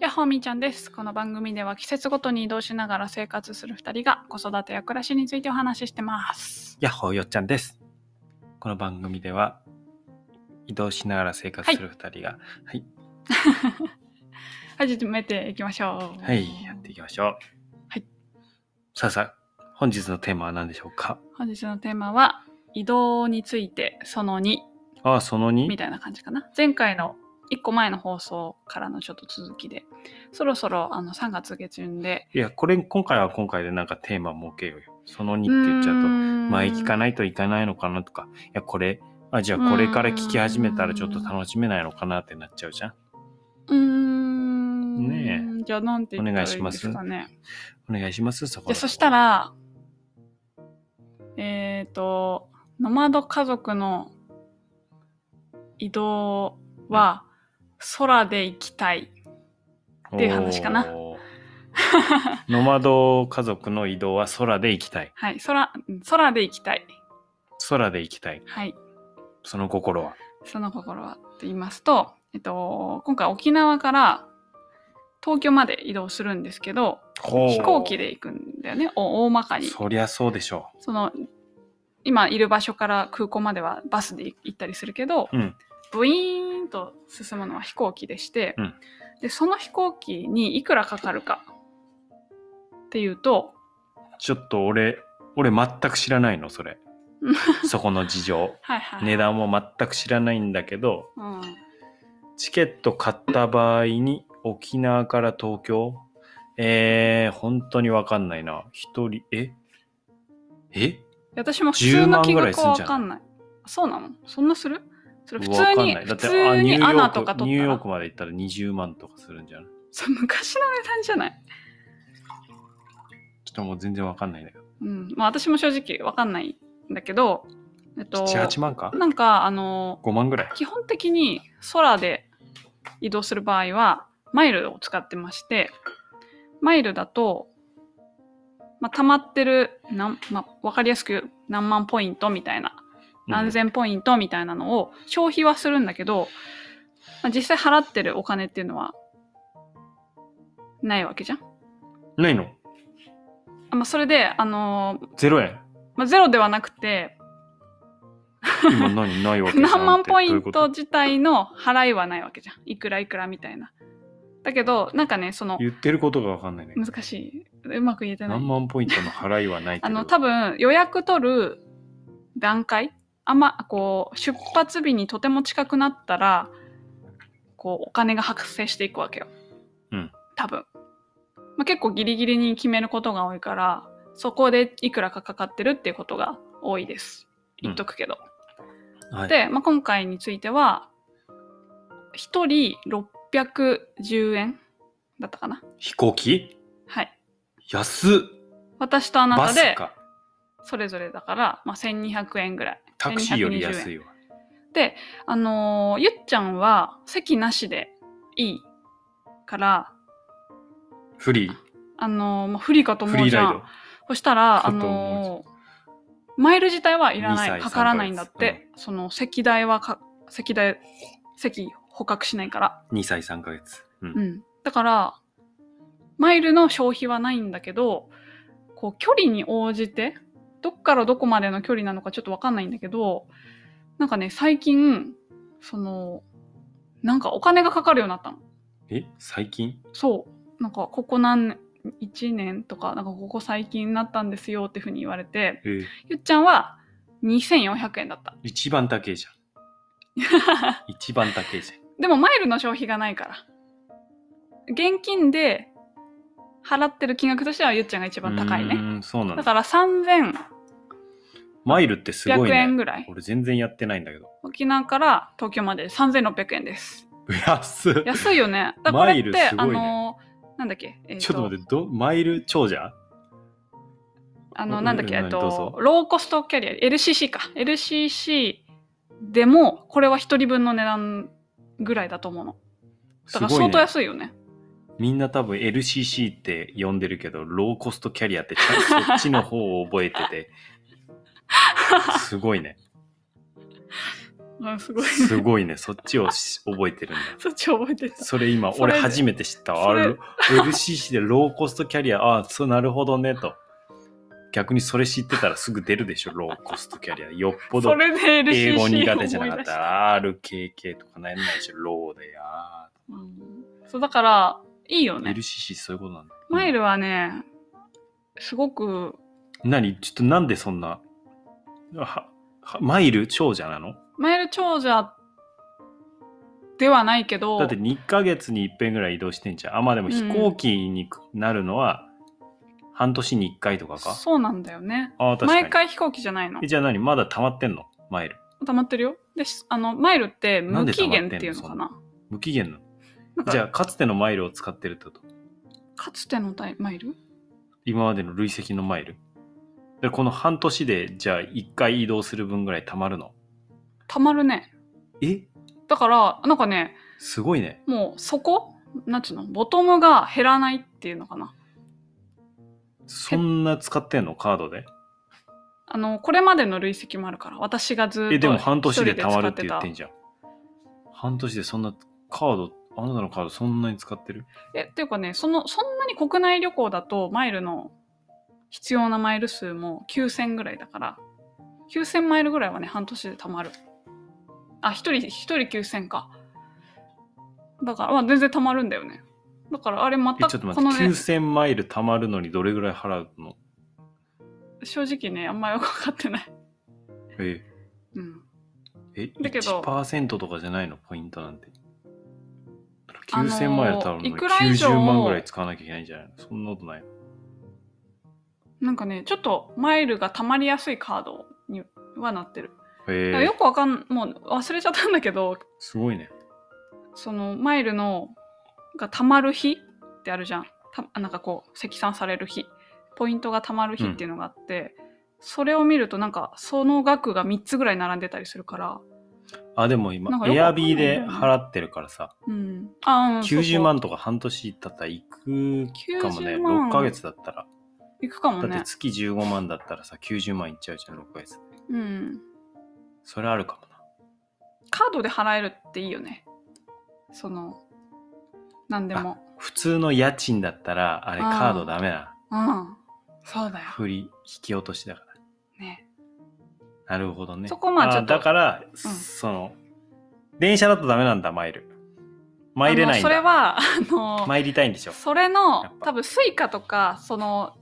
ヤッホーみーちゃんです。この番組では季節ごとに移動しながら生活する2人が子育てや暮らしについてお話ししてます。やっほーよっちゃんです。この番組では移動しながら生活する二人が、はい、始めていきましょう。はい、やっていきましょう。はい。さあさあ、本日のテーマは何でしょうか本日のテーマは移動についてその2ああ、そのみ2。たいな感じかな。前回の1個前の放送からのちょっと続きで、そろそろあの3月下旬で。いや、これ、今回は今回でなんかテーマ設けようよ。その2って言っちゃうと、まあ、行かなないといかないのかなとか、いや、これ、あ、じゃあこれから聞き始めたらちょっと楽しめないのかなってなっちゃうじゃん。うーん。ねえ。じゃあなんて言ったらいいお願でいしすまかね。お願いします、そこじゃあのそしたら、えっ、と、ノマド家族の移動は空で行きたい。っていう話かなおーノマド家族の移動は空で行きたい。はい、空、うん空で行きたい。空で行きたい。はい、その心は。その心はと言いますと、えっと、今回沖縄から東京まで移動するんですけど、飛飛行機で行くんだよね、お大まかに。そりゃそうでしょその、今いる場所から空港まではバスで行ったりするけど、う。うん。ブイーンと進むのは飛行機でして、うんでその飛行機にいくらかかるかっていうとちょっと俺、俺全く知らないの、それ うん。そこの事情。はいはい、値段も全く知らないんだけど、うん、チケット買った場合に、沖縄から東京えー、本当にわかんないな。一人、ええ私も普通の金額は10万ぐらいすんじ分ゃないかんないそうなのそんなするそれ普わ通かんにない普だって通あニにューヨアナーとかク、取ニっューたヨーらクまで行ったら20万とかするんじゃないそう昔の値段じゃない、ちょっともう全然わかんないんだけど。うんまあ、私も正直分かんないんだけど、えっと、 7、8万かなんかあの ?5 万ぐらい。基本的に空で移動する場合はマイルを使ってましてマイルだと、まあ、溜まってるなん、まあ、わかりやすく言う何万ポイントみたいな何千ポイントみたいなのを消費はするんだけど、まあ、実際払ってるお金っていうのはないわけじゃん。うんないのあまあ、それで、あのー ?0 円まあ、ゼロではなくて今何ないわけじゃんって何万ポイどうンいうことト自体の払いはないわけじゃん。いくらいくらみたいな。だけど、なんかね、その、言ってることがわかんないね。難しい。うまく言えてない何。万ポイントの払いはないけど。あの、多分予約取る段階、あんま、こう、出発日にとても近くなったら、こう、お金が発生していくわけよ。うん。多分。まあ、結構ギリギリに決めることが多いから、そこでいくらかかかってるっていうことが多いです。言っとくけど。はい、で、まあ、今回については、1人610円だったかな。飛行機はい。安っ私とあなバたスで、か。それぞれだから、まあ、1200円ぐらい。タクシーより安い。いわ。で、あのーゆっちゃんは席なしでいいから、フリー、あのーまあ、フリーかとフ思うリーじゃライん。そしたら、あかと思のーマイル自体はいらな2い。歳かからないんだって。その、席代はか、席代、席捕獲しないから。ド。2歳3ヶ月。うんうん、だからマイルの消費はないんだけどこう距離に応じてどっからどこまでの距離なのかちょっとわかんないんだけどなんかね最近そのなんかお金がかかるようになったのえ最近そうなんかここ何年1年とかなんかここ最近になったんですよっていうふうに言われてえーゆっちゃんは2400円だった一番高い じゃん。一番高いじでもマイルの消費がないから。現金で払ってる金額としてはゆっちゃんが一ゃ番ん。高いうね。ーん。そうなんだだ。から3800マイルってすごい円ね。ぐらい。俺全然やってないんだけど。 沖縄から東京まで3600円です。安っ。安いよ ね。だからこれって、マイルすあごいねの、なんだっけ、えーちょっと待って、どマイル長者あの、なんだっけ、うんえうんっどうぞと、ローコストキャリア、LCC か。LCC でも、これは一人分の値段ぐらいだと思うの。だすからごい相当ね。安いよね。みんな多分 LCC って呼んでるけど、ローコストキャリアってちゃんとそっち の方を覚えてて、すごいね。あすごい。すごいね。そっちをし覚えてるんだ。そっ ち覚えてた。それ今、それ俺初めて知ったわ。そあれれ LCC でローコストキャリア、ああ、そうなるほどね、と。逆にそれ知ってたらすぐ出るでしょ、ローコストキャリア。よっぽどそれで LCC 英を語苦思手いじゃなか出っしたたら RKK とか悩んないでしょ、ローでや。うんそう、だから、いいよね。 LCC そういうことなんだ。マイルはね、すごく、うん何ちょっとなんでそんな。ははマイル長者なのマイル長者ではないけど、だって2ヶ月に1遍ぐらい移動してんじゃん。あ、まあでも飛行機になるのは半年に1回とかか。そうなんだよね。ああ、確かに。毎回飛行機じゃないのえ。じゃあ何まだ溜まってんのマイル。溜まってるよ。で、しあの、マイルってな無んで溜期まってん限のっていうのかな。無期限なのなんじゃか、あかつてのマイルを使ってるってことかつての大マイル今までの累積のマイルでこの半年でじゃあ1回移動する分ぐらい溜まるの溜まるね。えだから、なんかね、すごいね。もう、そこなんちゅうのボトムが減らないっていうのかな。そんな使ってんのカードであの、これまでの累積もあるから、私がずっと。え、でも半年で溜まるって言たってんじゃん。半年でそんなカード、あなたのカードそんなに使ってるえ、っていうかね、その、そんなに国内旅行だと、マイルの必要なマイル数も9000ぐらいだから、9000マイルぐらいはね、半年で貯まる。あ、一人、一人9000か。だから、まあ、全然貯まるんだよね。だから、あれまえ、た、ちょっとこ待って、のね、 9000マイル溜まるのにどれぐらい払うの正直ね、あんまりよくわかってない。え、うん。え、だけど1%とかじゃないのポイントなんて。あのー9000マイル貯まるのにいくら以上90万ぐらい使わなきゃいけないんじゃないのそんなことない。なんかね、ちょっとマイルが貯まりやすいカードにはなってる。へだからえよ、くわかん、もう忘れちゃったんだけど、すごいね。そのマイルのがたまる日ってあるじゃんたなんかこう積算される日ポイントがたまる日っていうのがあって、それを見るとなんかその額が3つぐらい並んでたりするから、あ、でもなん今、かよくエわかアんないビーで払ってるからさ、うん、ああ90万とか半年経ったら行くかもね、 90万6ヶ月だったら。いくかもだってね、月15万だったらさ、90万いっちゃうじゃん、6ヶ月。うん、それあるかもな。カードで払えるっていいよねそのなんでも普通の家賃だったら、あれあーカードダメな。うんそうだよ振り、引き落としだから。ねなるほどね。そこまあちょっとあだから、その、電車だとダメなんだ、マイル。参れないあのんそれだ。はあ の参りたいんでしょ。それのやっぱ多分スイカとかその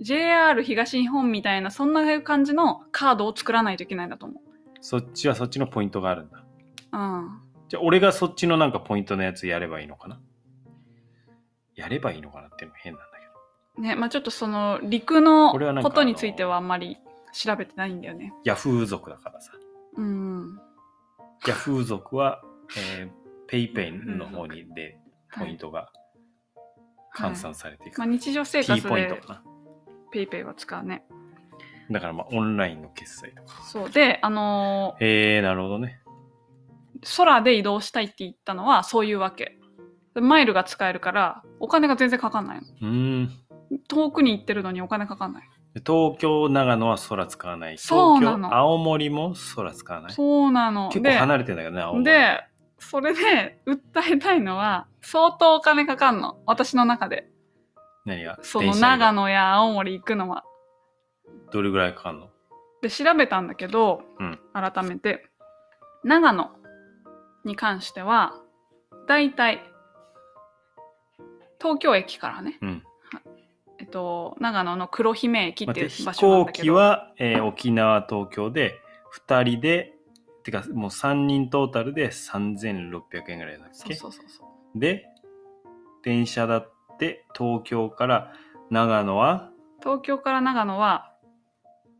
JR 東日本みたいなそんな感じのカードを作らないといけないんだと思う。そっちはそっちのポイントがあるんだ。うん、じゃあ、俺がそっちのなんかポイントのやつやればいいのかなやればいいのかなっていうのも変なんだけど。ねまあ、ちょっとその陸のこれはなんかことについてはあんまり調べてないんだよね。ヤフー族だからさ。うん、ヤフー族は、えー、ペイペイの方にでポイントが換はい算されていく。まあ、日常生 T 活ポイントでかな。ペイペイは使うね。だからまあオンラインの決済とか。そうで、あのへえー、なるほどね。ー空で移動したいって言ったのはそういうわけ。マイルが使えるからお金が全然かかんないの。うーん。遠くに行ってるのにお金かかんない。東京、長野は空使わない。そうなの東京、青森も空使わない。そうなの。結で構離れてんだけどね、青森。で、それで 訴えたいのは、相当お金かかんの。私の中で。何がその長野。野や青森行くのは。どれぐらいかかんので、調べたんだけど、うん改めて、長野に関しては、だいたい、東京駅からね、うん。えっと、長野の黒姫駅ってい待って、う飛場所なん行だけ機ど。は、えー沖縄、東京で2人で、てかもう3人トータルで3600円ぐらいだっそうけそうそうそう。で、電車だって東京から長野は東京から長野は、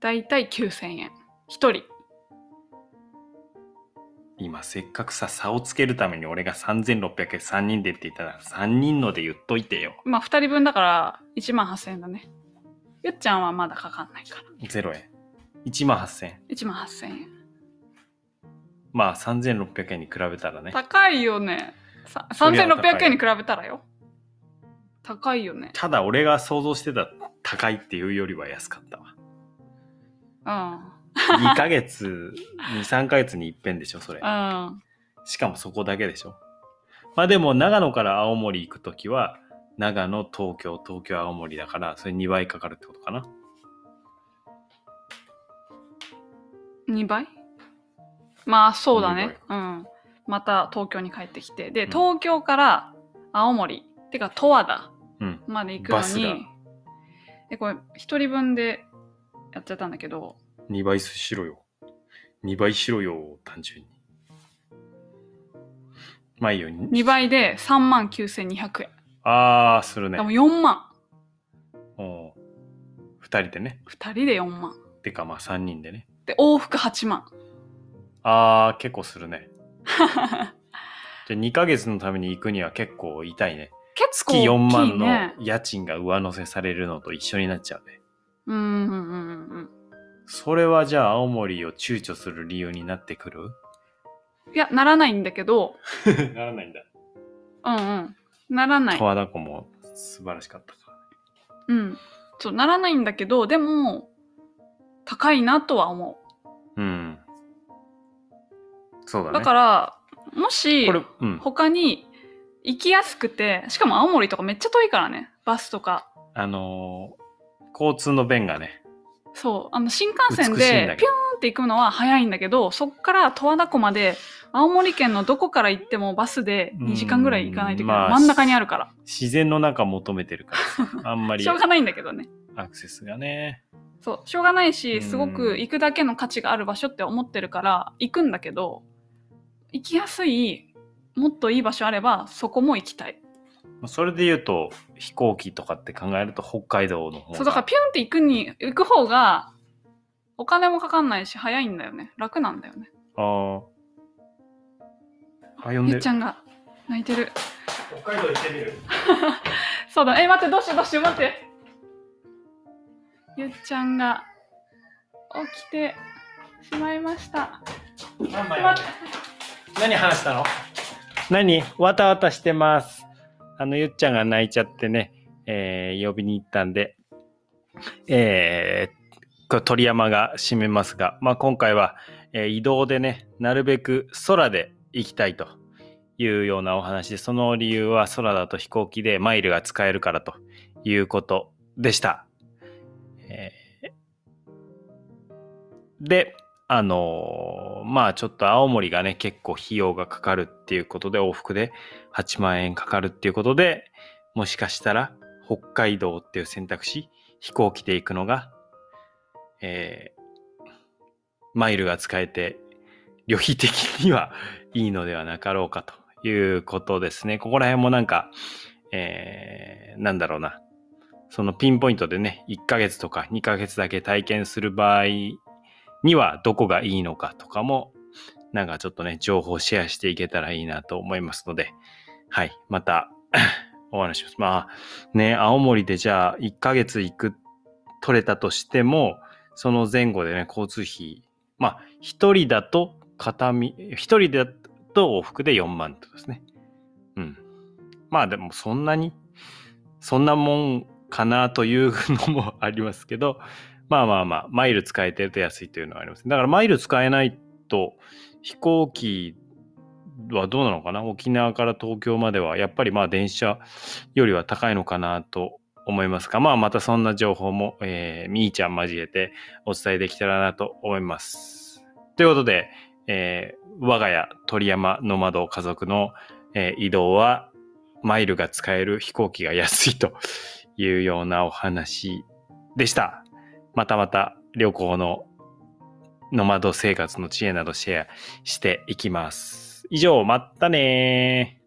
だいたい9000円。一人。今せっかくさ差をつけるために俺が3600円3人でって言ったら3人ので言っといてよまあ、二人分だから、1万8000円だね。ゆっちゃんはまだかかんないから。 0円1万8000円1万8000円。まあ3600円に比べたらね高いよね。さそりゃ高い3600円に比べたらよ。高いよね。ただ俺が想像してた高いっていうよりは安かったわうん。 2ヶ月、2、3ヶ月に一遍でしょ、それう。ん。しかもそこだけでしょ。まあでも、長野から青森行くときは、長野、東京、東京、青森だから、それ2倍かかるってことかな。 2倍まあ、そうだね二。うん。また東京に帰ってきて。で、ん東京から青森、てか十和田うん。まで行くのバスがに、え、これ、一人分でやっちゃったんだけど、 2倍しろよ。2倍しろよ、単純に。まあいいよ。 2倍で3万9200円。ああ、するねで。も4万。お2人でね。 2人で4万。てかまあ3人でね。で、往復8万。ああ、結構するね。じゃあ2ヶ月のために行くには結構痛いね。結構月4大きい万ね。の家賃が上乗せされるのと一緒になっちゃうね。うんうんうんうん。それはじゃあ青森を躊躇する理由になってくるいや、ならないんだけど、 ならないんだ。うんうん。ならない十。和田湖も素晴らしかったかうん。そう、ならないんだけど、でも、高いなとは思ら。うん。そうだう。ね。だから、もしこ、れ、うん。他に行きやすくて、しかも青森とかめっちゃ遠いからね。バスとか。あのー交通の便がね。そう。あの、新幹線美しいんで、だけピどュー。ンって行くのは早いんだけど、そっから十和田湖まで、青森県のどこから行ってもバスで2時間ぐらい行かないといけうんなまあい。真ん中にあるから。自然の中求めてるから さあんまりしょうがないんだけどね。アクセスがね。そう、しょうがないうし、んすごく行くだけの価値がある場所って思ってるから、行くんだけど、行きやすい、もっといい場所あれば、そこも行きたい。まあそれで言うと飛行機とかって考えると北海道の方がそう、だからピュンって行くに、行く方が、お金もかかんないし、早いんだよね。楽なんだよね。ああ。あ、呼んでゆっるち。ゃんが泣いてる。北海道行ってみる。そうだ、え、待って、どうしよう、どうしよう、待って。ゆっちゃんが起きてしまいました。何ちょっ枚と待っ何話したの何わたわたしてます。あの、ゆっちゃんが泣いちゃってね、えー、呼びに行ったんで、えー、これ鳥山が閉めますが、まあ、今回は、えー移動でね、なるべく空で行きたいというようなお話で、その理由は空だと飛行機でマイルが使えるからということでした。えーで、あのーまあちょっと青森がね、結構費用がかかるっていうことで、往復で8万円かかるっていうことで、もしかしたら北海道っていう選択肢、飛行機で行くのが、えーマイルが使えて、旅費的にはいいのではなかろうかということですね。ここら辺もなんか、えーなんだろうな。そのピンポイントでね、1ヶ月とか2ヶ月だけ体験する場合にはどこがいいのかとかも、なんかちょっとね、情報シェアしていけたらいいなと思いますので、はい、また お話しします。まあね、青森でじゃあ1ヶ月行く、取れたとしても、その前後でね、交通費、まあ1人だと片身、1人だと往復で4万ってことですね。うん。まあでもそんなに、そんなもんかなというのもありますけど、まあまあまあ、マイル使えてると安いというのはあります。だからマイル使えないと飛行機はどうなのかな沖縄から東京まではやっぱりまあ電車よりは高いのかなと思いますが、まあまたそんな情報も、えーみーちゃん交えてお伝えできたらなと思います。ということで、えー我が家鳥山の窓家族の、えー移動はマイルが使える飛行機が安いというようなお話でした。またまた旅行のノマド生活の知恵などシェアしていきます。以上、まったねー。